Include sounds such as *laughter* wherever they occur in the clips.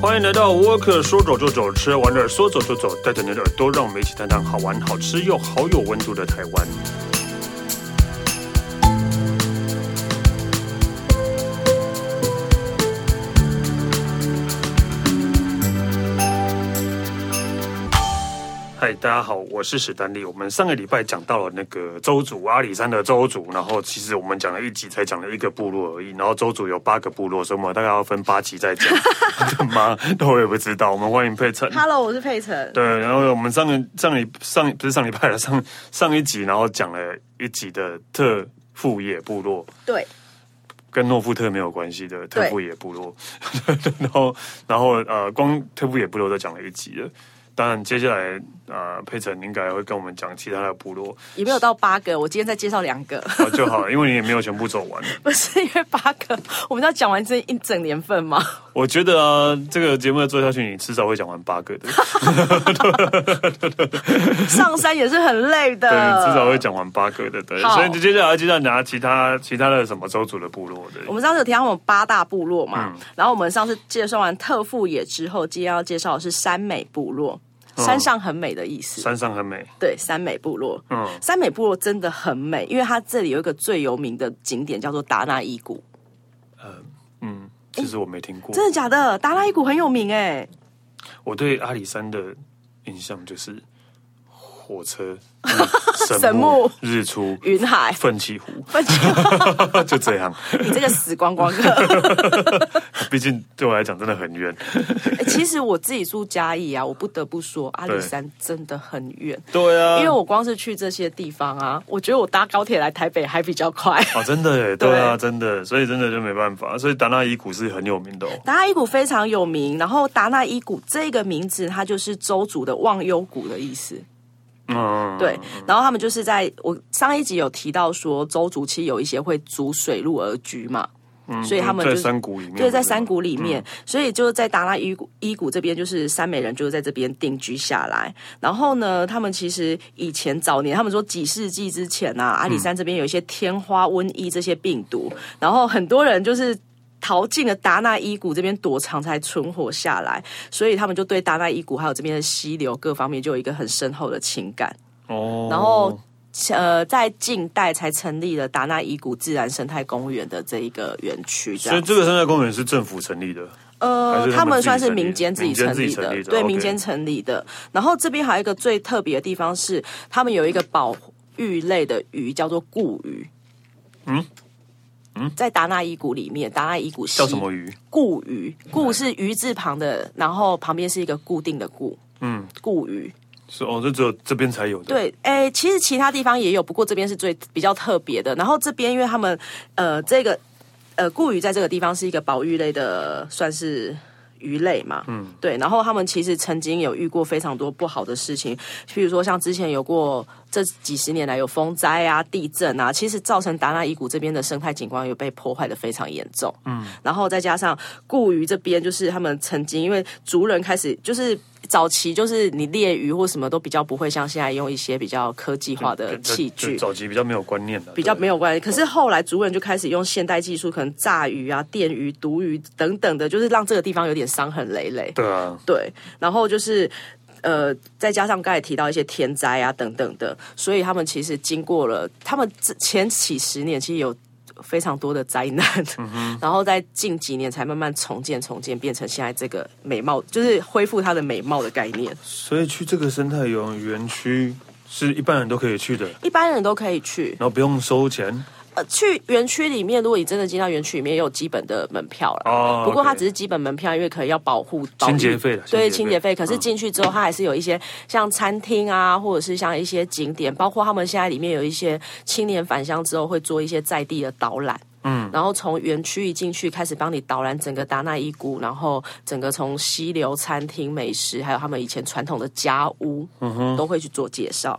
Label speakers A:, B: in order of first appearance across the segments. A: 欢迎来到 Worker 说走就走，吃完了说走就走，带着你的耳朵，让我们一起探探好玩、好吃又好有温度的台湾。嗨，大家好，我是史丹利。我们上个礼拜讲到了那个周族阿里山的周族，然后其实我们讲了一集，才讲了一个部落而已。然后周族有八个部落，所以我们大概要分八集再讲。 *laughs* 对吗？那我也不知道。我们欢迎佩晨。
B: Hello，我是佩晨。
A: 对，然后我们上个上一上不是上礼拜了，上上一集，然后讲了一集的特富野部落，
B: 对，
A: 跟诺富特没有关系的特富野部落。 *laughs* 然后，然后呃，光特富野部落都讲了一集了。当然，接下来呃，佩晨应该会跟我们讲其他的部落，
B: 也没有到八个，我今天再介绍两 *laughs* 个，
A: 啊就好了，因为你也没有全部走完。
B: 不是因为八个，我们要讲完这一整年份 *laughs* 吗？
A: *laughs* 我觉得啊，这个节目做下去，你迟早会讲完八个的，
B: *laughs* 上山也是很累的，
A: 对，你迟早会讲完八个的，对。
B: 好
A: 所以接下来就要拿其他其他的什么州族的部落的。
B: 我们上次有提到我们八大部落嘛，
A: 嗯
B: 然后我们上次介绍完特富野之后，今天要介绍的是山美部落，山上很美的意思。
A: 嗯山上很美，
B: 对，山美部落，
A: 嗯
B: 山美部落真的很美，因为它这里有一个最有名的景点叫做达那伊谷，
A: 嗯，其实我没听过。
B: 真的假的？达那伊谷很有名哎、
A: 我对阿里山的印象就是火车、
B: *laughs*
A: 嗯
B: 神木、
A: 日出、。
B: 云海
A: 奋起湖，
B: 分清楚
A: *laughs* 就这样。
B: 你这个死光光
A: *laughs*
B: *laughs* 客。
A: 毕竟对我来讲真的很远。
B: 欸其实我自己住嘉义啊，我不得不说阿里山真的很远，
A: 对啊
B: 因为我光是去这些地方啊，我觉得我搭高铁来台北还比较快。 *laughs*
A: 哦，真的耶，对啊，真的，所以真的就没办法。所以达纳伊谷是很有名的哦。
B: 达那伊谷非常有名，然后达那伊谷这个名字，它就是周族的忘忧谷的意思。
A: 嗯，
B: 对，然后他们就是在我上一集有提到说，周族其实有一些会逐水路而居嘛，所以他们
A: 在
B: 就
A: 嗯
B: 是
A: 山谷里面，
B: 对，在山谷里面，所以就是在达拉伊谷伊谷这边，就是山美人就是在这边定居下来。然后呢，他们其实以前早年，他们说几世纪之前啊，阿里山这边有一些天花、瘟疫这些病毒，然后很多人就是。逃进了达那伊谷这边躲藏，才存活下来，所以他们就对达那伊谷还有这边的溪流各方面就有一个很深厚的情感。
A: 哦。
B: 然后，呃，在近代才成立了达那伊谷自然生态公园的这一个园区，
A: 所
B: 这样
A: 以
B: 子
A: 这个生态公园是政府成立的，还
B: 呃
A: 是，他们
B: 他们算是
A: 自己成立
B: 民间自己
A: 民间
B: 成
A: 自己
B: 立
A: 成
B: 的
A: 立，的
B: 对，
A: OK
B: 民间成立的。然后这边还有一个最特别的地方是，他们有一个保育类的鱼叫做固鱼。
A: 嗯
B: 嗯，在达那伊谷里面，达那伊谷
A: 叫
B: 叫
A: 什么？嗯鱼？
B: 固鱼，固是鱼字旁的，然后旁边是一个固定的固。
A: 嗯，
B: 固鱼。
A: 是哦，这只有这边才有的。
B: 对，哎、其实其他地方也有，不过这边是最比较特别的。然后这边因为他们呃这个呃固鱼在这个地方是一个保育类的，算是。鱼类嘛，嗯，对，然后他们其实曾经有遇过非常多不好的事情，譬如说像之前有过这几十年来有风灾啊、地震啊，其实造成达那伊谷这边的生态景观有被破坏的非常严重，嗯，然后再加上固鱼这边就是他们曾经因为族人开始就是早期就是你猎鱼或什么都比较不会像现在用一些比较科技化的
A: 就，
B: 器
A: 就
B: 具，
A: 早期比较没有观念的，啊
B: 比较
A: 对
B: 没有关系。可是后来族人就开始用现代技术，可能炸鱼啊、电鱼、毒鱼等等的，就是让这个地方有点伤痕累累。
A: 对啊，
B: 对，然后就是呃，再加上刚才提到一些天灾啊等等的，所以他们其实经过了他们这前几十年其实有。非常多的灾难， *laughs* 然后在近几年才慢慢重建，重建变成现在这个美貌，就是恢复它的美貌的概念。
A: 所以去这个生态游园区是一般人都可以去的，然
B: 一般人都可以去，
A: 后不用收钱
B: 呃，去园区里面，如果你真的进到园区里面，也有基本的门票了。
A: 哦
B: 不过它
A: OK
B: 只是基本门票，因为可能要保护保
A: 清洁
B: 育
A: 费啦
B: 对
A: 清
B: 清
A: 洁
B: 洁
A: 费嗯
B: 费。可是进去之后，它还是有一些像餐厅啊，或者是像一些景点，包括他们现在里面有一些青年返乡之后会做一些在地的导览。嗯，然后从园区一进去开始帮你导览整个达那伊谷，然后整个从溪流、餐厅、美食，还有他们以前传统的家屋，
A: 嗯
B: 都会去做介绍。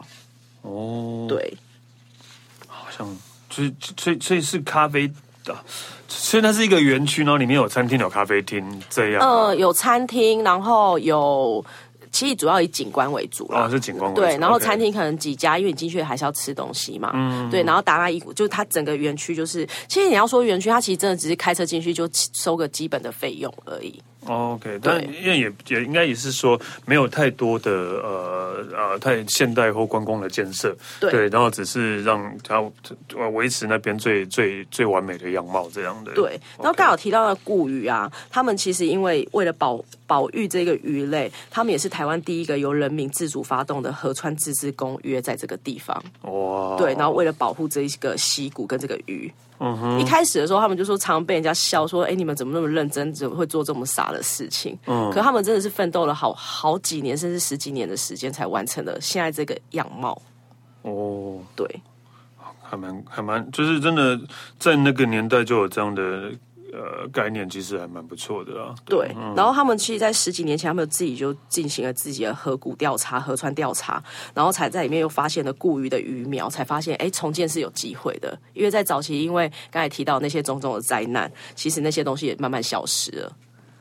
A: 哦。，
B: 对，
A: 好像就是所以所以是咖啡的，所以它是一个园区，然后里面有餐厅、有咖啡厅这样。
B: 呃，有餐厅，然后有，其实主要以景观为主啦。
A: 哦，是景观为主
B: 对，然后
A: OK 嗯
B: 餐厅可能几家，因为你进去还是要吃东西嘛。对，然后达拉伊谷就是它整个园区，就是其实你要说园区，它其实真的只是开车进去就收个基本的费用而已。
A: 哦 OK，但因为也也应该也是说没有太多的呃呃太现代或观光的建设，
B: 对
A: 然后只是让它呃维持那边最最最完美的样貌这样的。
B: 对，然后刚好提到了固鱼啊，他们其实因为为了保保育这个鱼类，他们也是台湾第一个由人民自主发动的河川自治公约，在这个地方。
A: 哇，
B: 对，然后为了保护这一个溪谷跟这个鱼，一开始的时候他们就说常被人家笑说，哎，你们怎么那么认真，怎么会做这么傻的事情？嗯，可他们真的是奋斗了好好几年，甚至十几年的时间才完成了现在这个样貌。
A: 哦，
B: 对，
A: 还蛮还蛮，就是真的在那个年代就有这样的呃概念，其实还蛮不错的啊。
B: 对，然后他们其实，在十几年前，他们自己就进行了自己的河谷调查、河川调查，然后才在里面又发现了固鱼的鱼苗，才发现哎，重建是有机会的。因为在早期，因为刚才提到那些种种的灾难，其实那些东西也慢慢消失了。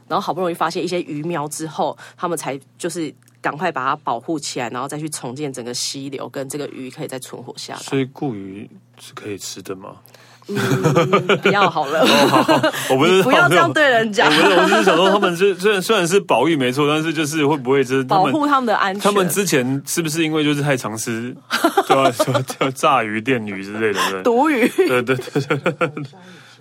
B: 然后好不容易发现一些鱼苗之后，他们才就是赶快把它保护起来，然后再去重建整个溪流，跟这个鱼可以再存活下来。
A: *laughs* 所以固鱼是可以吃的
B: *laughs*
A: 吗？
B: 不要好了，
A: 哦我不是
B: 不要这样对人家
A: 我，不是，我是想说，他们是 *laughs* 虽然虽然是保育没错，但是就是会不会就是他
B: 保
A: 们
B: 护他们的安全。
A: 他们之前是不是因为就是太常
B: *laughs*
A: 吃，对吧、就就炸鱼、电鱼之类的，对
B: 毒鱼。 *laughs*
A: 对对对对对对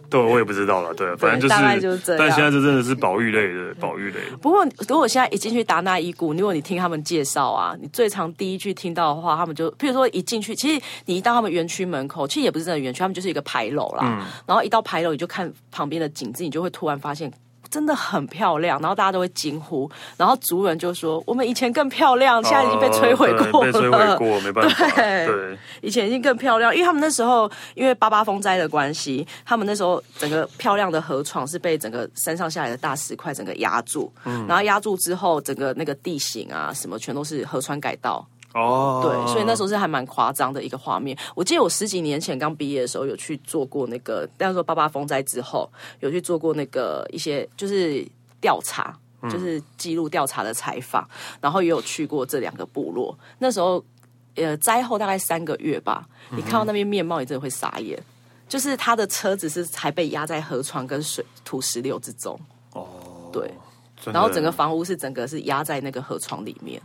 A: 对，我也不知道了，对，反正就是，
B: 大概就是这样
A: 但现在这真的是保育类的，保育类的，
B: 不过，如果现在一进去达那伊谷，如果你听他们介绍啊，你最常第一句听到的话，他们就，譬如说一进去，其实你一到他们园区门口，其实也不是真的园区，他们就是一个牌楼啦。
A: 嗯
B: 然后一到牌楼，你就看旁边的景致，你就会突然发现。真的很漂亮，然后大家都会惊呼，然后族人就说：“我们以前更漂亮，现在已经被摧毁过了。
A: 哦对被摧毁过，没办法，
B: *laughs* 对
A: 对，
B: 以前已经更漂亮，因为他们那时候因为八八风灾的关系，他们那时候整个漂亮的河床是被整个山上下来的大石块整个压住，然后压住之后，整个那个地形啊什么全都是河川改道，
A: 哦，
B: 对，所以那时候是还蛮夸张的一个画面。我记得我十几年前刚毕业的时候有去做过那个，那时候八八风灾之后有去做过那个一些就是调查，就是记录调查的采访，然后也有去过这两个部落。那时候呃灾后大概三个月吧，你看到那边面貌，你真的会傻眼。就是他的车子是还被压在河床跟水土石流之中，
A: 哦，
B: 对，
A: 真的
B: 然后整个房屋是整个是压在那个河床里面。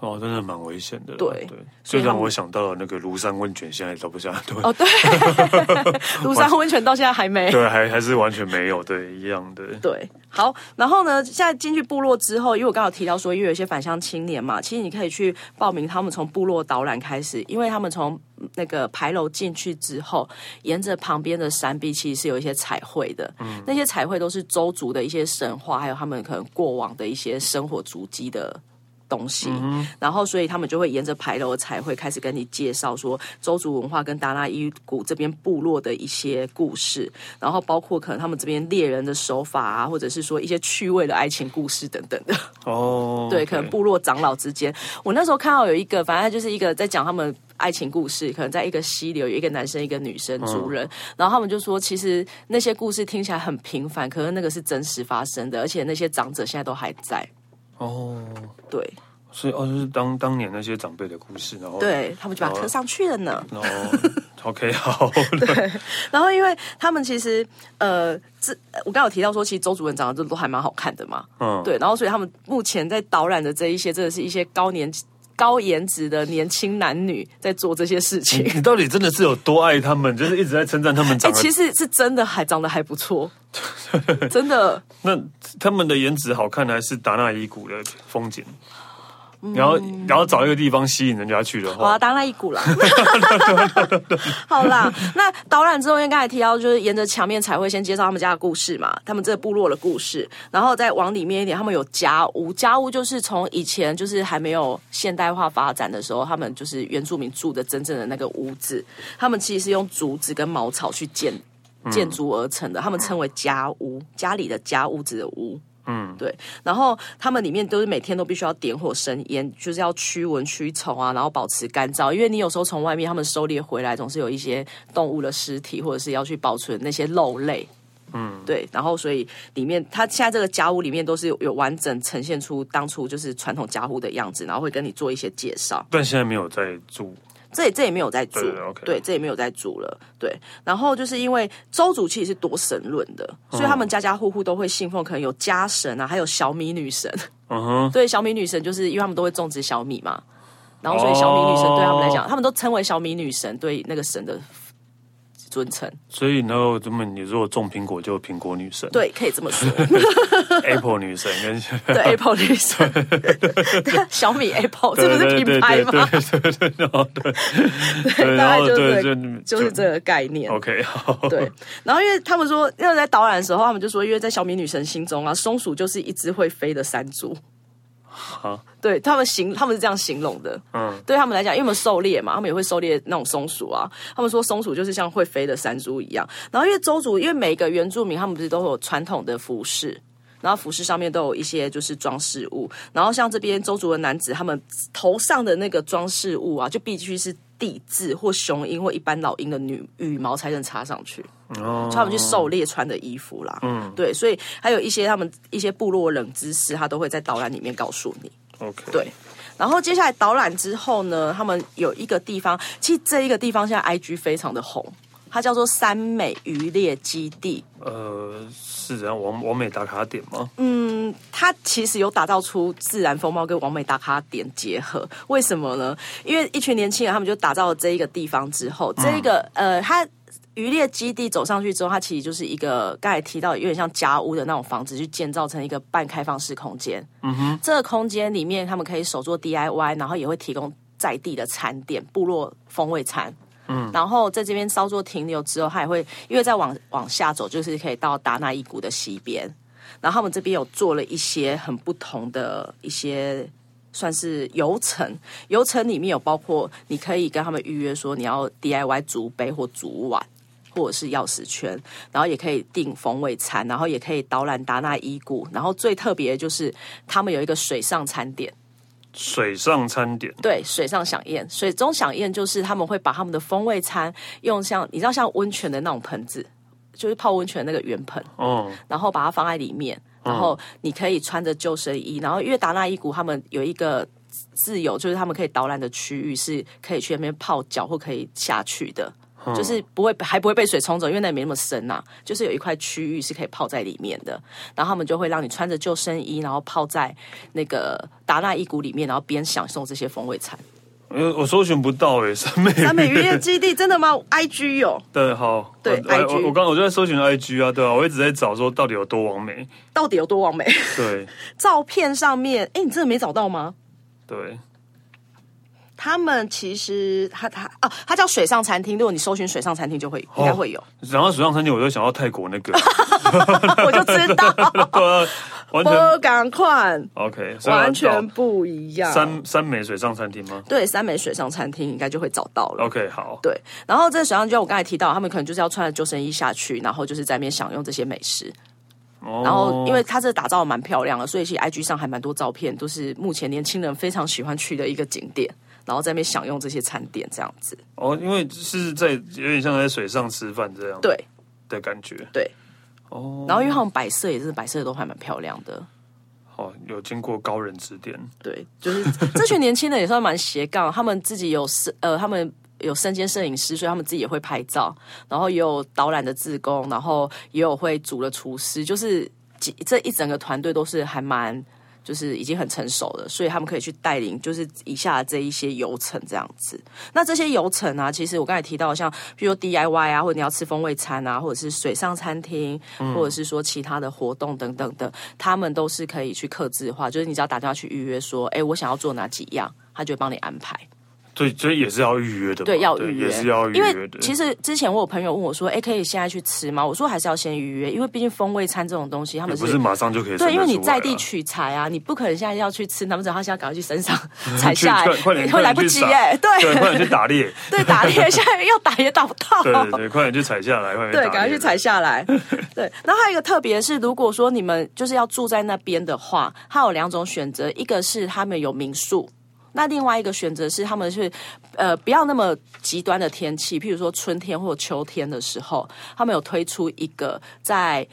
A: 哦，真的蛮危险的啦，
B: 对
A: 对，
B: 所
A: 就
B: 以他们
A: 让我想到了那个庐山温泉，现在都不下对。
B: 哦，对，庐山温泉到现在还没。
A: 对，还还是完全没有，对，一样的。
B: 对，好，然后呢，现在进去部落之后，因为我刚好提到说，因为有一些返乡青年嘛，其实你可以去报名他们从部落导览开始，因为他们从那个牌楼进去之后，沿着旁边的山壁其实是有一些彩绘的，那些彩绘都是周族的一些神话，还有他们可能过往的一些生活足迹的东西，然后所以他们就会沿着牌楼的彩绘开始跟你介绍说周族文化跟达拉伊谷这边部落的一些故事，然后包括可能他们这边猎人的手法啊，或者是说一些趣味的爱情故事等等的。
A: 哦，
B: 对，可能部落长老之间，我那时候看到有一个，反正就是一个在讲他们爱情故事，可能在一个溪流，有一个男生，一个女生，族人，然后他们就说，其实那些故事听起来很平凡，可是那个是真实发生的，而且那些长者现在都还在。
A: 哦，
B: 对，
A: 所以哦，就是当当年那些长辈的故事，然后，
B: 对他们就把它刻上去了呢。
A: 然后 OK *laughs* 好，
B: 然后，因为他们其实呃，这我刚刚有提到说，其实周主任长得都都还蛮好看的嘛，
A: 嗯，
B: 对。然后，所以他们目前在导览的这一些，真的是一些高年高颜值的年轻男女在做这些事情。
A: 你到底真的是有多爱他们？就是一直在称赞他们
B: 哎、
A: 嗯长得，
B: 其实是真的还长得还
A: *laughs*
B: 不错，真的。
A: 那他们的颜值好看，还是达纳伊谷的风景？
B: 嗯
A: 然后，然后找一个地方吸引人家去的
B: 我要
A: 话，
B: 哦当那一股啦。 *laughs* 好啦，那导览之后，因为刚才提到，就是沿着墙面彩绘先介绍他们家的故事嘛，他们这个部落的故事，然后再往里面一点，他们有家屋，家屋就是从以前就是还没有现代化发展的时候，他们就是原住民住的真正的那个屋子，他们其实是用竹子跟茅草去建。建筑而成的，他们称为家屋，家里的家屋子的屋。对，然后他们里面都是每天都必须要点火生烟，就是要驱蚊驱虫啊，然后保持干燥，因为你有时候从外面他们狩猎回来，总是有一些动物的尸体，或者是要去保存那些肉类。嗯，对，然后所以里面它现在这个家屋里面都是有完整呈现出当初就是传统家户的样子，然后会跟你做一些介绍。
A: 但现在没有在住，
B: 这这也没有在住，
A: 对对，OK
B: 这也没有在住了，对。然后就是因为周主其实是多神论的，所以他
A: 嗯
B: 们家家户户都会信奉，可能有家神啊，还有小米女神。
A: 嗯哼，
B: 对，小米女神就是因为他们都会种植小米嘛，然后所以小米女神对他们来讲，
A: 哦
B: 他们都称为小米女神对那个神的尊称，
A: 所以呢，这么你如果种苹果，就苹果女神，
B: 对，可以这么 *laughs* 说。
A: ，Apple 女神
B: *laughs*
A: 跟
B: 对 Apple 女神， *laughs* 小米 Apple，这不是品牌吗？
A: 对对对对对哦
B: *laughs*
A: 对对，
B: 大
A: 然
B: 概
A: 后
B: 就是
A: 对
B: 这
A: 就
B: 就是这个概念。
A: OK 好，
B: 对，然后因为他们说，因为在导览的时候，他们就说，因为在小米女神心中啊，松鼠就是一只会飞的山猪。
A: 好，
B: 对他们形，他们是这样形容的。
A: 嗯，
B: 对他们来讲，因为我们狩猎嘛，他们也会狩猎那种松鼠啊。他们说松鼠就是像会飞的山猪一样。然后因为周族，因为每个原住民他们不是都会有传统的服饰。然后服饰上面都有一些就是装饰物，然后像这边周族的男子，他们头上的那个装饰物啊，就必须是地质或雄鹰或一般老鹰的羽羽毛才能插上去。
A: 哦，
B: 他们去狩猎穿的衣服啦，嗯，对，所以还有一些他们一些部落冷知识，他都会在导览里面告诉你。
A: OK，
B: 对，然后接下来导览之后呢，他们有一个地方，其实这一个地方现在 IG 非常的红，它叫做三美渔猎基地。
A: 呃，是这样，完完美打卡点吗？
B: 它其实有打造出自然风貌跟完美打卡点结合，为什么呢？因为一群年轻人他们就打造了这一个地方之后，这一个、呃，它渔猎基地走上去之后，它其实就是一个刚才提到有点像家屋的那种房子，去建造成一个半开放式空间。嗯哼，这个空间里面他们可以手做 DIY，然后也会提供在地的餐点、部落风味餐。嗯，然后在这边稍作停留之后，它也会因为再往往下走，就是可以到达那伊谷的西边。然后他们这边有做了一些很不同的一些。算是游程，游程里面有包括你可以跟他们预约说你要 DIY 竹杯或竹碗，或者是钥匙圈，然后也可以订风味餐，然后也可以导览达纳伊谷，然后最特别的就是他们有一个水上餐点，
A: 水上餐点，
B: 对，水上飨宴，水中飨宴就是他们会把他们的风味餐用像你知道像温泉的那种盆子，就是泡温泉的那个圆盆，
A: 哦，
B: 然后把它放在里面，然后你可以穿着救生衣，然后因为达纳伊谷他们有一个自由，就是他们可以导览的区域是可以去那边泡脚或可以下去的。就是不会还不会被水冲走，因为那也没那么深呐、就是有一块区域是可以泡在里面的，然后他们就会让你穿着救生衣，然后泡在那个达纳伊谷里面，然后边享受这些风味餐。
A: 呃，我搜寻不到诶，三美
B: 南美渔业基地真的吗？IG 有
A: 对，好，
B: 对
A: 我我
B: IG
A: 我刚我就在搜寻 IG 啊，对啊，我一直在找说到底有多完美，
B: 到底有多完美？
A: 对
B: 照片上面，哎，你真的没找到吗？
A: 对，
B: 他们其实他他哦，他叫水上餐厅。如果你搜寻水上餐厅，就会应该会
A: *laughs*
B: 有。
A: 然后水上餐点我就想到泰国那个， *laughs*
B: 我就知道，
A: 对啊完全
B: 不赶快，
A: OK，所以我要找
B: 完全不一样。
A: 三三美水上餐厅吗
B: 对三美水上餐厅应该就会找到了。
A: ？OK，好，
B: 对，然后这水上就像我刚才提到，他们可能就是要穿着救生衣下去，然后就是在那边享用这些美食。
A: 哦
B: 然后因为它这打造得蛮漂亮的，所以其实 IG 上还蛮多照片，都是目前年轻人非常喜欢去的一个景点，然后在那边享用这些餐点这样子。
A: 哦，因为是在有点像在水上吃饭这样
B: 对，
A: 的感觉。
B: 对，
A: 哦，
B: 然后因为他们摆设也是摆设得都还蛮漂亮的。
A: 好，哦有经过高人指点，
B: 对，就是这群年轻人也算蛮斜杠，他们自己有摄呃，他们有身兼摄影师，所以他们自己也会拍照，然后也有导览的志工，然后也有会煮的厨师，就是几这一整个团队都是还蛮。就是已经很成熟了，所以他们可以去带领，就是以下这一些游程这样子。那这些游程啊，其实我刚才提到，像比如说 DIY 啊，或者你要吃风味餐啊，或者是水上餐厅，或者是说其他的活动等等的，他们都是可以去克制化，就是你只要打电话去预约说，哎，我想要做哪几样，他就会帮你安排。
A: 对，所以也是要预约的嘛，
B: 对，要预
A: 哦
B: 约，
A: 也是要预
B: 因
A: 约
B: 为
A: 的。
B: 其实之前我有朋友问我说，哎，可以现在去吃吗？我说还是要先预约，因为毕竟风味餐这种东西，他
A: 也
B: 们
A: 不是马上就可以生得出来啊，
B: 对，因为你在地取材啊，你不可能现在要去吃，他们只他现在赶快去山上
A: *laughs*
B: 采
A: 去
B: 下来
A: 快，快点
B: 会来不及哎、
A: 对，快
B: 对
A: 点去打
B: *laughs*
A: 猎，
B: 对，打猎现在要打也打不到，
A: 对对对，快点去采下来，快点
B: 对，
A: 打
B: 赶快
A: 猎
B: 去采
A: *laughs*
B: 下来。对，然后还有一个特别是，如果说你们就是要住在那边的话，它有两种选择，一个是他们有民宿。那另外一个选择是，他们是呃不要那么极端的天气，譬如说春天或秋天的时候，他们有推出一个在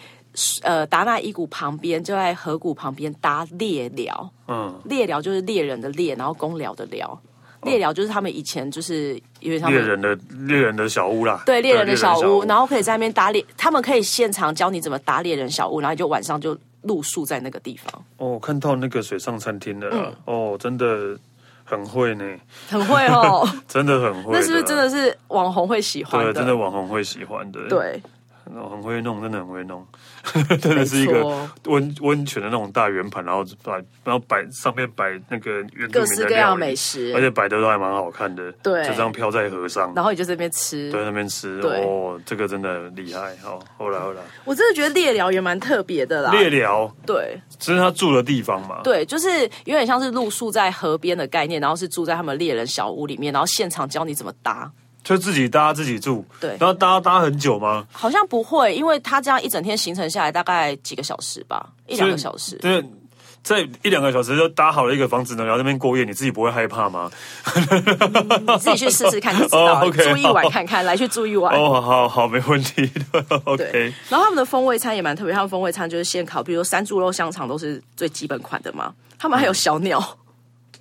B: 呃达纳伊谷旁边，就在河谷旁边搭猎寮，
A: 嗯，
B: 猎寮就是猎人的猎，然后公寮的寮。猎寮就是他们以前就是有点像
A: 猎人的猎人的小屋啦，
B: 对猎人的小屋，然
A: 后
B: 后可以在那边打猎，他们可以现场教你怎么打猎人小屋，然后你就晚上就露宿在那个地方，
A: 哦，我看到那个水上餐厅的啦，
B: 嗯
A: 哦，真的很会呢，
B: *laughs* 很
A: *laughs*
B: 会哦。
A: 真的啊很会，
B: 那是不是真？的是网红会喜欢
A: 对，
B: 的？
A: 真的网红会喜欢的，，
B: 对
A: 很会弄，真的很会弄， *laughs* 真的是一
B: 没
A: 个
B: 错
A: 温温泉的那种大圆盘，然后把然后摆上面摆那个原住
B: 各
A: 民
B: 式
A: 的
B: 各样
A: 料
B: 的美
A: 理，
B: 食，
A: 而且摆的都还蛮好看的，
B: 对
A: 就这样飘在河上，
B: 然后你就在那边吃。
A: 对，那边吃，
B: 对
A: 哦，这个真的厉害，好，后来
B: *laughs*
A: 后来
B: 我真的觉得猎寮也蛮特别的啦。
A: 猎啊寮，
B: 对
A: 这是他住的地方嘛？
B: 对，就是有点像是露宿在河边的概念，然后是住在他们猎人小屋里面，然后现场教你怎么搭。
A: 就自己搭自己住，
B: 对
A: 然后搭搭很久吗？
B: 好像不会，因为他这样一整天行程下来大概几个小时吧，一两个小时。
A: 对。这一两个小时就搭好了一个房子呢，然后在那边过夜，你自己不会害怕吗？
B: 你 *laughs* 自己去试试看就知道了，
A: 哦，OK，
B: 住一晚
A: 好
B: 看看，来去住一晚。
A: 哦，好好，没问题的。
B: 对
A: OK，，
B: 然后他们的风味餐也蛮特别，他们风味餐就是现烤，比如说山猪肉香肠都是最基本款的嘛。他们还
A: 嗯
B: 有小鸟，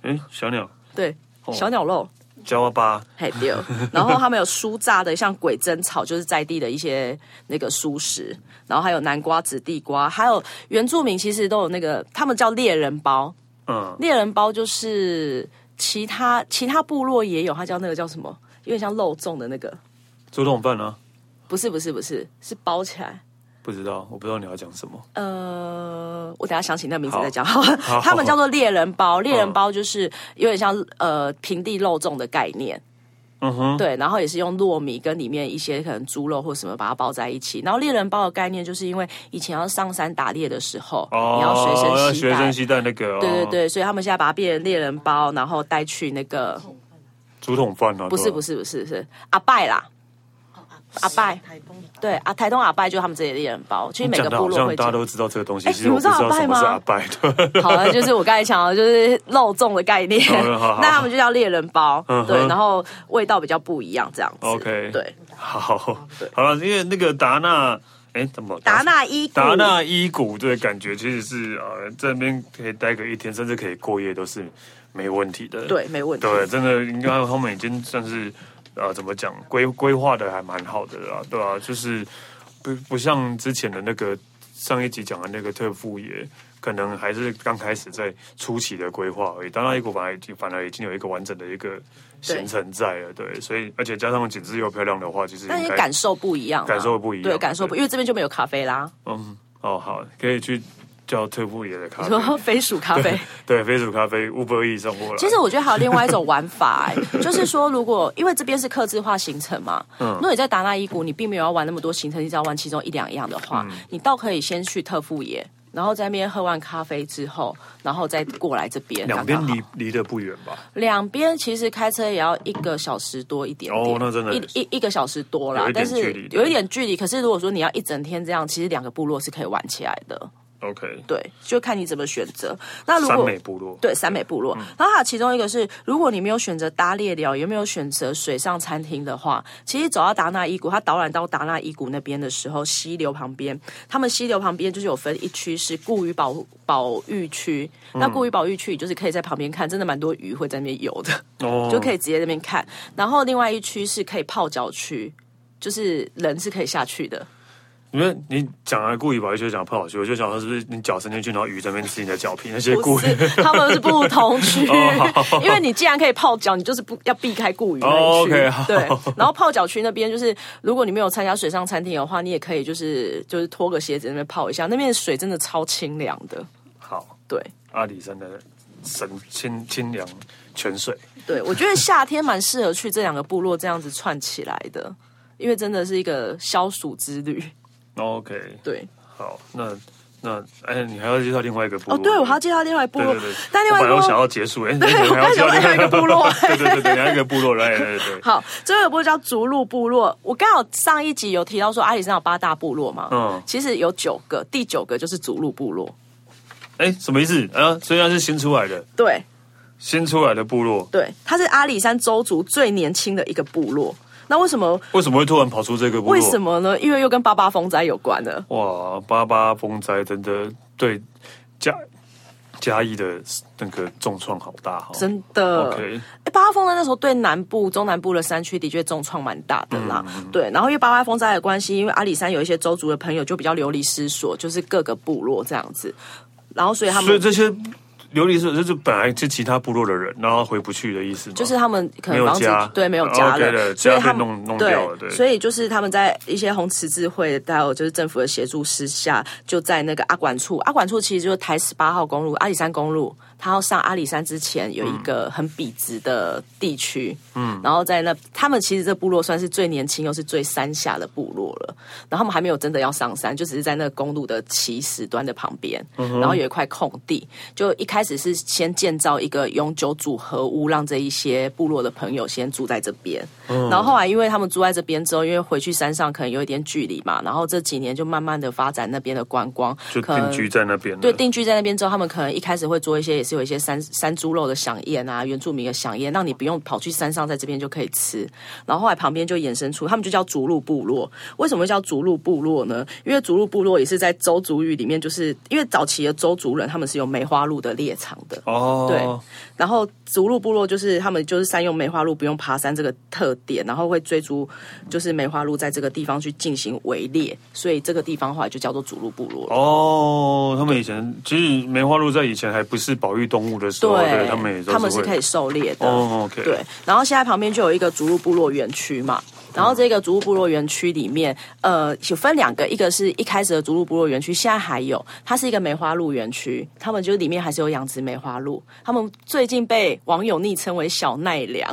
A: 哎，小鸟
B: 对，
A: 哦
B: 小鸟肉，
A: 加巴，
B: 嘿对。然后他们有酥炸的，像鬼针草，就是在地的一些那个蔬食，然后还有南瓜、紫地瓜，还有原住民其实都有那个，他们叫猎人包，
A: 嗯，
B: 猎人包就是其他其他部落也有，它叫那个叫什么，有点像肉粽的那个，
A: 猪筒饭呢？
B: 不是不是不是，是包起来。
A: 不知道，我不知道你要讲什么。
B: 呃，我等一下想起那个名字
A: 好
B: 再讲。好了
A: 好
B: *laughs* 他们叫做猎人包，猎人
A: 嗯
B: 包就是有点像呃平地肉粽的概念，
A: 嗯哼，
B: 对，然后也是用糯米跟里面一些可能猪肉或什么把它包在一起。然后猎人包的概念就是因为以前要上山打猎的时候，你要随
A: 哦要
B: 身携
A: 学
B: 带
A: 生。携带那个，
B: 对对
A: 哦，
B: 对，所以他们现在把它变成猎人包，然后带去那个
A: 竹筒饭啊，
B: 不是不
A: 是，
B: 是不是是阿拜啦，哦阿拜，对啊，台东阿拜就是他们这里的猎人包，其实每
A: 讲
B: 个
A: 的
B: 部
A: 好
B: 落
A: 像
B: 会
A: 大家
B: 讲。
A: 都知道这个东西，
B: 哎
A: 其实我不知
B: 你
A: 道
B: 们知
A: 什
B: 道
A: 么是阿
B: 阿
A: 拜的。
B: *laughs* 好了，就是我刚才讲的，就是肉粽的概念
A: 好哦好好，
B: *laughs* 那他们就叫猎人包
A: 嗯，哼
B: 对，然后味道比较不一样，这样子。
A: OK
B: 对，
A: 好， *laughs* 好了，因为那个达纳，哎，怎么
B: 达纳伊谷
A: 达纳伊谷这个感觉其实是呃，在那边可以待个一天，甚至可以过夜都是没问题的。
B: 对，没问题。
A: 对，真的应该他们已经算是呃，怎么讲规规划的还蛮好的啦，对啊，就是不不像之前的那个上一集讲的那个特富爷。可能还是刚开始在初期的规划而已，达纳伊谷反而已经反而已经有一个完整的一个行程在了，对，所以而且加上景致又漂亮的话，其实
B: 但
A: 应
B: 是
A: 该
B: 感受不一样啊，
A: 感受不一样
B: 对，感受不，
A: 对
B: 因为这边就没有咖啡啦，
A: 嗯哦好，可以去叫特富爷的咖
B: 你
A: 啡，
B: 说飞鼠咖啡。
A: *laughs* 对，飞鼠咖啡 Uber E 送过来。
B: 其实我觉得还有另外一种玩法、哎，就是说，如果因为这边是客制化行程嘛，
A: 嗯
B: 如果你在达纳伊谷，你并没有要玩那么多行程，你只要玩其中一两样的话，
A: 嗯
B: 你倒可以先去特富野，然后在那边喝完咖啡之后，然后再过来这边。
A: 两
B: 刚
A: 边
B: 刚好
A: 离离得不远吧？
B: 两边其实开车也要一个小时多一点点，
A: 哦那真的
B: 一一一个小时多啦
A: 有一，点
B: 但
A: 距
B: 是
A: 离的
B: 有一点距离。可是如果说你要一整天这样，其实两个部落是可以玩起来的，
A: OK，
B: 对，就看你怎么选择。那如
A: 三
B: 果
A: 美部落。嗯
B: 对，三美部落。然后它其中一个是，如果你没有选择搭猎寮，也没有选择水上餐厅的话，其实走到达纳伊谷，它导览到达纳伊谷那边的时候，溪流旁边，他们溪流旁边就是有分一区是固鱼保保育区，那固鱼保育区就是可以在旁边看，真的蛮多鱼会在那边游的。
A: 哦
B: 就可以直接在那边看。然后另外一区是可以泡脚区，就是人是可以下去的。
A: 你们你讲啊，故意把一些讲泡好去，我就想说是不是你脚伸进去，然后鱼在那边吃你的脚皮，那些故
B: 不
A: 意
B: 是，他们是不同区
A: 哦好，
B: 因为你既然可以泡脚，你就是不要避开固鱼那
A: 哦
B: 一区。
A: ，OK，好
B: 对，然后泡脚区那边就是，如果你没有参加水上餐厅的话，你也可以就是就是脱个鞋子在那边泡一下，那边的水真的超清凉的。
A: 好
B: 对，
A: 阿里山的神清清凉泉水，
B: 对我觉得夏天蛮适合去这两个部落这样子串起来的，因为真的是一个消暑之旅。
A: OK，
B: 对，
A: 好，那那哎，你还要介绍另外一个部落
B: 哦，对我还要介绍另外一部
A: 对
B: 落
A: 对对，，
B: 但另外一
A: 我
B: 部
A: 本来
B: 落
A: 我想要结束，
B: *laughs*
A: 哎，对
B: 我刚才想到另外一个
A: *laughs*
B: 部落
A: 对对对对，另外一个部落，对对对，对
B: 好，最后一个部落叫逐鹿部落。我刚好上一集有提到说阿里山有八大部落嘛，
A: 嗯
B: 嗯，其实有九个，第九个就是逐鹿部落。
A: 哎，什么意思啊？虽然是新出来的，
B: 对
A: 新出来的部落，
B: 对，它是阿里山州族最年轻的一个部落。那为什么？
A: 为什么会突然跑出这个部落？
B: 为什么呢？因为又跟八八风灾有关了。
A: 哇，八八风灾真的对家嘉义的那个重创好大哈、
B: 真的。
A: OK，
B: 欸八八风呢，那时候对南部、中南部的山区的确重创蛮大的啦。
A: 嗯
B: 对，然后因为八八风灾害的关系，因为阿里山有一些州族的朋友就比较流离失所，就是各个部落这样子。然后，所以他
A: 所以
B: 们
A: 这些流离失就是本来是其他部落的人，然后回不去的意思吗？
B: 就是他们可
A: 没有
B: 能房子
A: 家
B: 对没有家
A: OK
B: 了，
A: 的
B: 所
A: 家
B: 以
A: 被
B: 他们
A: 弄弄
B: 对
A: 掉了对
B: 所以就是他们在一些红十字会还有就是政府的协助之下，就在那个阿管处，阿管处其实就是台十八号公路、阿里山公路，它要上阿里山之前有一个很笔直的地区，嗯，然后在那他们其实这部落算是最年轻又是最山下的部落了，然后他们还没有真的要上山，就只是在那个公路的起始端的旁边，然后有一块空地，就一开始是先建造一个永久组合屋，让这一些部落的朋友先住在这边。然后后来因为他们住在这边之后，因为回去山上可能有一点距离嘛，然后这几年就慢慢的发展那边的观光，
A: 就
B: 可能
A: 定居在那边了。
B: 对，定居在那边之后，他们可能一开始会做一些，也是有一些山山猪肉的飨宴啊，原住民的飨宴，让你不用跑去山上，在这边就可以吃。然后后来旁边就衍生出，他们就叫逐鹿部落。为什么叫逐鹿部落呢？因为逐鹿部落也是在周族语里面，就是因为早期的周族人他们是有梅花鹿的猎场的，
A: 哦，
B: 对然后逐鹿部落就是他们就是善用梅花鹿不用爬山这个特点，然后会追逐就是梅花鹿在这个地方去进行围猎，所以这个地方后来就叫做逐鹿部落了。
A: 哦，他们以前其实梅花鹿在以前还不是保育动物的时候，对他们也都
B: 他们是
A: 会
B: 可以狩猎的。
A: 哦，OK，嗯
B: 对，然后现在旁边就有一个竹鹿部落园区嘛。然后这个竹鹿部落园区里面，呃，有分两个，一个是一开始的竹鹿部落园区，现在还有，它是一个梅花鹿园区，他们就是里面还是有养殖梅花鹿，他们最近被网友昵称为小奈良，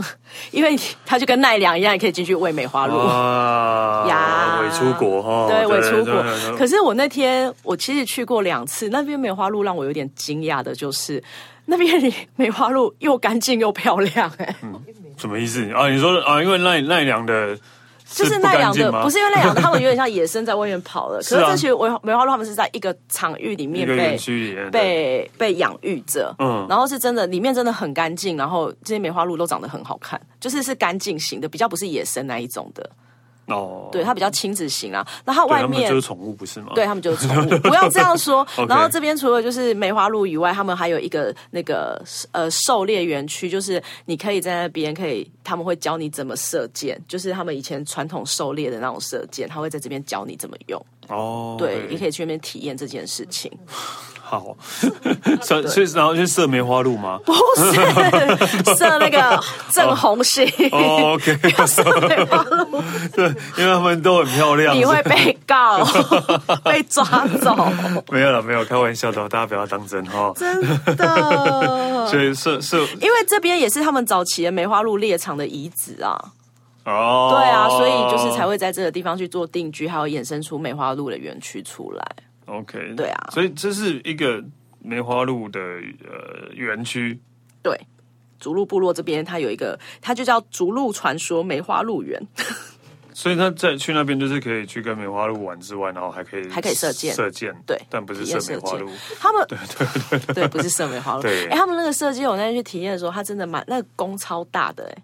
B: 因为它就跟奈良一样，也可以进去喂梅花鹿。
A: 哦哇
B: 呀
A: 伪啊出国哈，
B: 对，我也出国
A: 哦对对。对
B: 可是我那天我其实去过两次，那边梅花鹿让我有点惊讶的就是，那边里梅花鹿又干净又漂亮、
A: *laughs*
B: 哎、
A: 嗯什么意思啊？你说啊，因为奈奈良的
B: 就是是
A: 不
B: 奈
A: 干
B: 良
A: 净
B: 的，
A: 吗？
B: 不是因为奈良的，他们有点像野生在外面跑
A: *laughs*
B: 了。可
A: 是
B: 是
A: 啊
B: 这群梅梅花鹿，他们是在一个场域里
A: 一
B: 面
A: 个园
B: 被。
A: 区里面对
B: 被被养育着，
A: 嗯
B: 嗯，然后是真的，里面真的很干净，然后这些梅花鹿都长得很好看，就是是干净型的，比较不是野生那一种的，
A: 哦，
B: 对，它比较亲子型啊。那它
A: 对
B: 外
A: 他们
B: 面
A: 就是宠物不是吗？
B: 对他们就是宠物，不要这样说
A: *laughs* OK。
B: 然后这边除了就是梅花鹿以外，他们还有一个那个呃狩猎园区，就是你可以在那边可以，他们会教你怎么射箭，就是他们以前传统狩猎的那种射箭，他会在这边教你怎么用。
A: 哦，
B: 对，也可以去那边体验这件事情。 *laughs*
A: 好，所以所以然后就射梅花鹿吗？
B: 不是射那个正红心，
A: 哦，OK，
B: *laughs* 射梅花鹿，
A: 对，因为他们都很漂亮，
B: 你会被
A: *laughs*
B: 告，被抓走，
A: 没有了，没有开玩笑的哦，大家不要当真哈。
B: 真的。
A: 所以射射
B: 因为这边也是他们早期的梅花鹿猎场的遗址啊，
A: 哦，
B: 对啊，所以就是才会在这个地方去做定居，还有衍生出梅花鹿的园区出来。
A: OK，
B: 对啊
A: 所以这是一个梅花鹿的呃园区，
B: 对，竹鹿部落这边它有一个，它就叫竹鹿传说梅花鹿园， *laughs*
A: 所以他在去那边就是可以去跟梅花鹿玩之外，然后还可以
B: 还可以射箭
A: 射箭
B: 对
A: 但不是
B: 体验
A: 射梅花鹿
B: 射，他们对对对不是射梅花鹿，
A: 对
B: 哎、他们那个设计我那天去体验的时候，它真的蛮那个弓超大的、哎，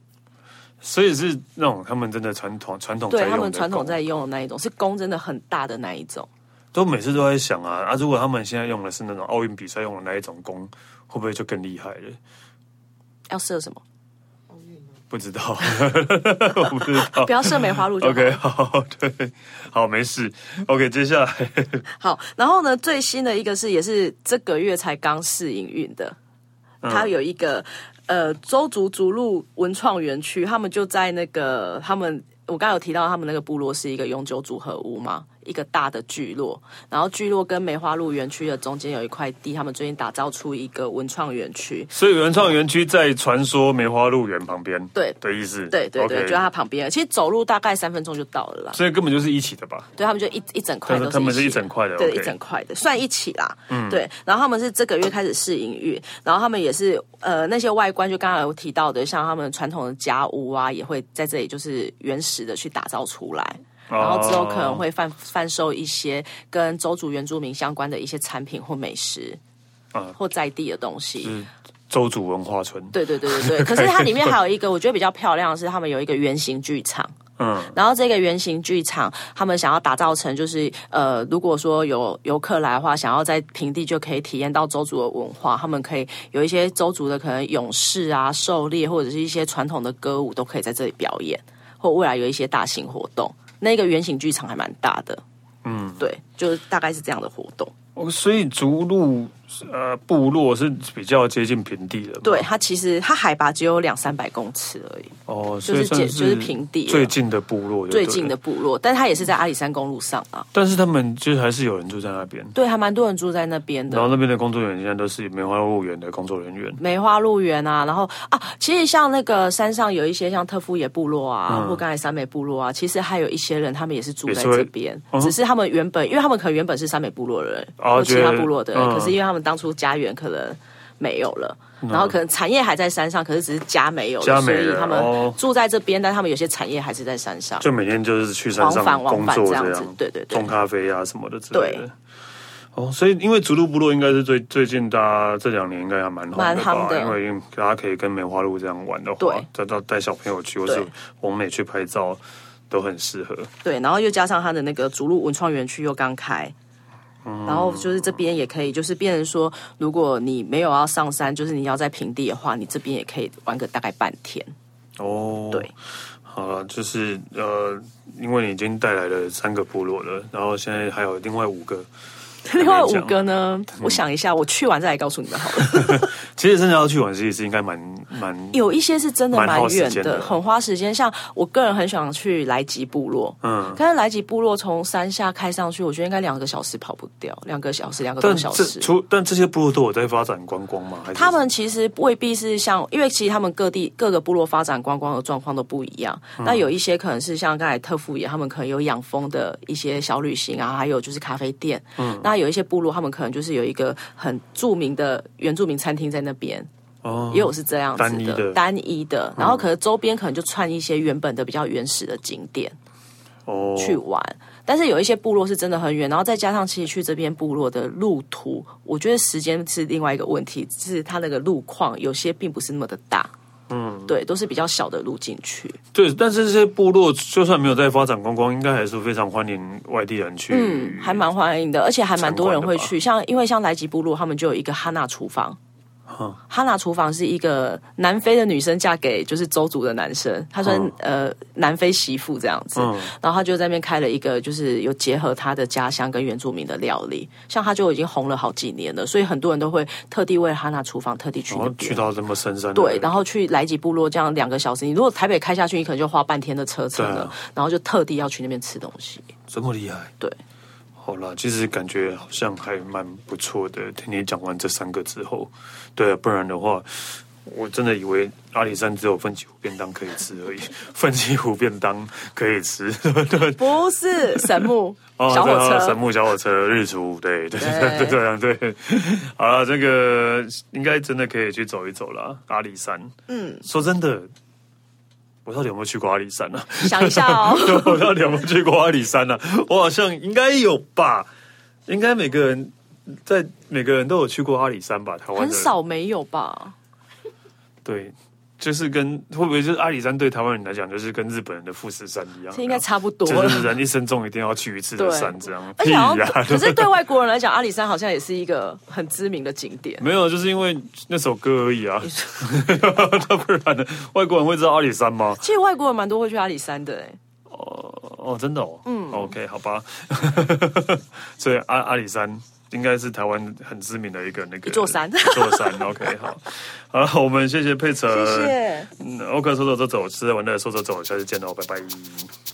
A: 所以是那种他们真的传统传统在
B: 对
A: 用的
B: 他们传统
A: 弓
B: 在用的那一种是弓真的很大的那一种。
A: 都每次都在想啊啊，如果他们现在用的是那种奥运比赛用的那一种弓，会不会就更厉害了？
B: 要射什么？
A: 不知道， *laughs* 我不知道
B: 不。要射梅花鹿就好
A: 哦 *laughs* OK，好，对，好，没事。OK，接下来
B: 好，然后呢，最新的一个是也是这个月才刚试营运的，它有一个、呃周族竹鹿文创园区，他们就在那个他们我刚刚有提到他们那个部落是一个永久组合屋嘛，一个大的聚落，然后聚落跟梅花鹿园区的中间有一块地，他们最近打造出一个文创园区。
A: 所以原创园区在传说梅花鹿园旁边，
B: 对
A: 的意思，
B: 对对对
A: OK
B: 就在它旁边，其实走路大概三分钟就到了啦。
A: 所以根本就是一起的吧？
B: 对他们就一一整块
A: 但
B: 都
A: 是
B: 是
A: 他们是
B: 起
A: 一整块的
B: 对
A: OK
B: 一整块的算一起啦，嗯，对。然后他们是这个月开始试营运，然后他们也是呃那些外观，就刚才有提到的，像他们传统的家屋啊，也会在这里就是原始的去打造出来。然
A: 啊
B: 后之后可
A: 哦
B: 能会贩贩售一些跟周族原住民相关的一些产品或美食，
A: 啊
B: 或在地的东西。
A: 是周主文化村， *laughs*
B: 对对对对对。可是它里面还有一个我觉得比较漂亮的是，他们有一个圆形剧场，
A: 嗯，
B: 然后这个圆形剧场，他们想要打造成就是呃，如果说有游客来的话，想要在平地就可以体验到周族的文化，他们可以有一些周族的可能勇士啊、狩猎或者是一些传统的歌舞都可以在这里表演，或未来有一些大型活动。那个圆形剧场还蛮大的，嗯，对，就是大概是这样的活动。
A: 哦所以逐鹿呃部落是比较接近平地的嘛，
B: 对，它其实它海拔只有两三百公尺而已，
A: 哦，所
B: 就
A: 以
B: 是
A: 算
B: 简就是平地了
A: 最近的部落，
B: 最近的，部落，但它也是在阿里山公路上啊。
A: 但是他们就是还是有人住在那边，
B: 对，还蛮多人住在那边的
A: 然。后那边的工作人员现在都是梅花鹿园的工作人员，
B: 梅花鹿园啊，然后啊，其实像那个山上有一些像特夫野部落啊，
A: 嗯
B: 或刚才山美部落啊，其实还有一些人他们也是住在
A: 也是会
B: 这边，
A: 嗯
B: 只是他们原本，因为他们可能原本是山美部落的人，
A: 哦
B: 或其
A: 觉
B: 他
A: 得
B: 部落的人，
A: 嗯
B: 可是因为他们当初家园可能没有了。然后可能产业还在山上，可是只是家没有了，
A: 家没
B: 所以
A: 了
B: 他
A: 哦
B: 们住在这边，但他们有些产业还是在山上。
A: 就每天就是去山上
B: 往返
A: 工
B: 往返
A: 作
B: 这样
A: 这
B: 子
A: 样，
B: 对对对
A: 种咖啡啊什么的之类
B: 对
A: 的。哦，所以因为逐鹿部落应该是最最近大家这两年应该还蛮红的
B: 蛮
A: 吧，
B: 夯的
A: 因为大家可以跟梅花鹿这样玩的话
B: 对，
A: 再到带小朋友去或是
B: 对
A: 往美去拍照都很适合。
B: 对，然后又加上它的那个竹鹿文创园区又刚开，
A: 嗯
B: 然后就是这边也可以，就是变成说，如果你没有要上山，就是你要在平地的话，你这边也可以玩个大概半天。
A: 哦，
B: 对，
A: 好了，就是呃，因为你已经带来了三个部落了，然后现在还有另外五个。
B: 另外
A: 还没
B: 五
A: 讲嗯
B: 个呢，我想一下，我去完再来告诉你们好了。
A: *laughs* 其实真的要去玩，其实是应该蛮蛮
B: 有一些是真的
A: 蛮耗
B: 蛮
A: 时
B: 远
A: 间的
B: 的，很花时间。像我个人很想去莱吉部落，
A: 嗯，
B: 但是莱吉部落从山下开上去，我觉得应该两个小时跑不掉，两个小时，两个
A: 但
B: 多小
A: 这
B: 时。
A: 除但这些部落都有在发展观光吗？还是
B: 他们其实未必是像，因为其实他们各地各个部落发展观光的状况都不一样。
A: 嗯
B: 那有一些可能是像刚才特富野，他们可能有养蜂的一些小旅行啊，还有就是咖啡店。嗯，那有一些部落，他们可能就是有一个很著名的原住民餐厅在那边，
A: 哦
B: 也有是这样子
A: 单一的嗯
B: 单一的。然后可能周边可能就串一些原本的比较原始的景点。
A: 哦
B: 去玩。但是有一些部落是真的很远，然后再加上其实去这边部落的路途，我觉得时间是另外一个问题，是它那个路况有些并不是那么的大，嗯，对，都是比较小的路进去，
A: 对，但是这些部落就算没有在发展观光，应该还是非常欢迎外地人去。
B: 嗯，还蛮欢迎的，而且还蛮多人会去，像因为像莱吉部落，他们就有一个哈娜厨房。哈娜厨房是一个南非的女生嫁给就是周族的男生，她算、呃南非媳妇这样子，
A: 嗯
B: 然后她就在那边开了一个，就是有结合她的家乡跟原住民的料理，像她就已经红了好几年了，所以很多人都会特地为了哈娜厨房特地去
A: 然
B: 那
A: 后哦
B: 边。
A: 去到这么深山的
B: 对，然后去莱吉部落这样两个小时，你如果台北开下去，你可能就花半天的车程
A: 对
B: 了，
A: 啊
B: 然后就特地要去那边吃东西。
A: 这么厉害，
B: 对，
A: 好啦，其实感觉好像还蛮不错的。听你讲完这三个之后，对、不然的话，我真的以为阿里山只有奋起湖便当可以吃而已， *laughs* 奋起湖便当可以吃， *laughs* 对对
B: 不是神木
A: 哦，
B: 小火
A: 对哦
B: 车
A: 神，木小火车日出，
B: *laughs*
A: 对对对
B: 对
A: *laughs* 对对对对，好了，这个应该真的可以去走一走啦，阿里山。嗯，说真的，我到底有没有去过阿里山呢、。
B: 想一下哦
A: 对 *laughs* 我到底有没有去过阿里山呢、我好像应该有吧，应该每个人在每个人都有去过阿里山吧，台湾的
B: 很
A: 人
B: 少没有吧？
A: 对。就是跟会不会就是阿里山对台湾人来讲，就是跟日本人的富士山一样，啊
B: 这应该差不多
A: 就
B: 了。
A: 是人一生中一定要去一次的
B: 对
A: 山，这样。
B: 而且好像
A: 屁呀啊
B: 可是对外国人来讲，阿里山好像也是一个很知名的景点。
A: 没有，就是因为那首歌而已啊。 *laughs* 那不然呢？外国人会知道阿里山吗？
B: 其实外国人蛮多会去阿里山的、欸，
A: 哦，真的哦。嗯。OK，好吧。 *laughs* 所以阿阿里山应该是台湾很知名的一个那个
B: 一座山
A: 一座山。OK，好。好了，我们谢谢佩岑。
B: 谢谢。
A: 哦嗯，OK，说走就走，吃着玩的说走走，下次见喽，拜拜。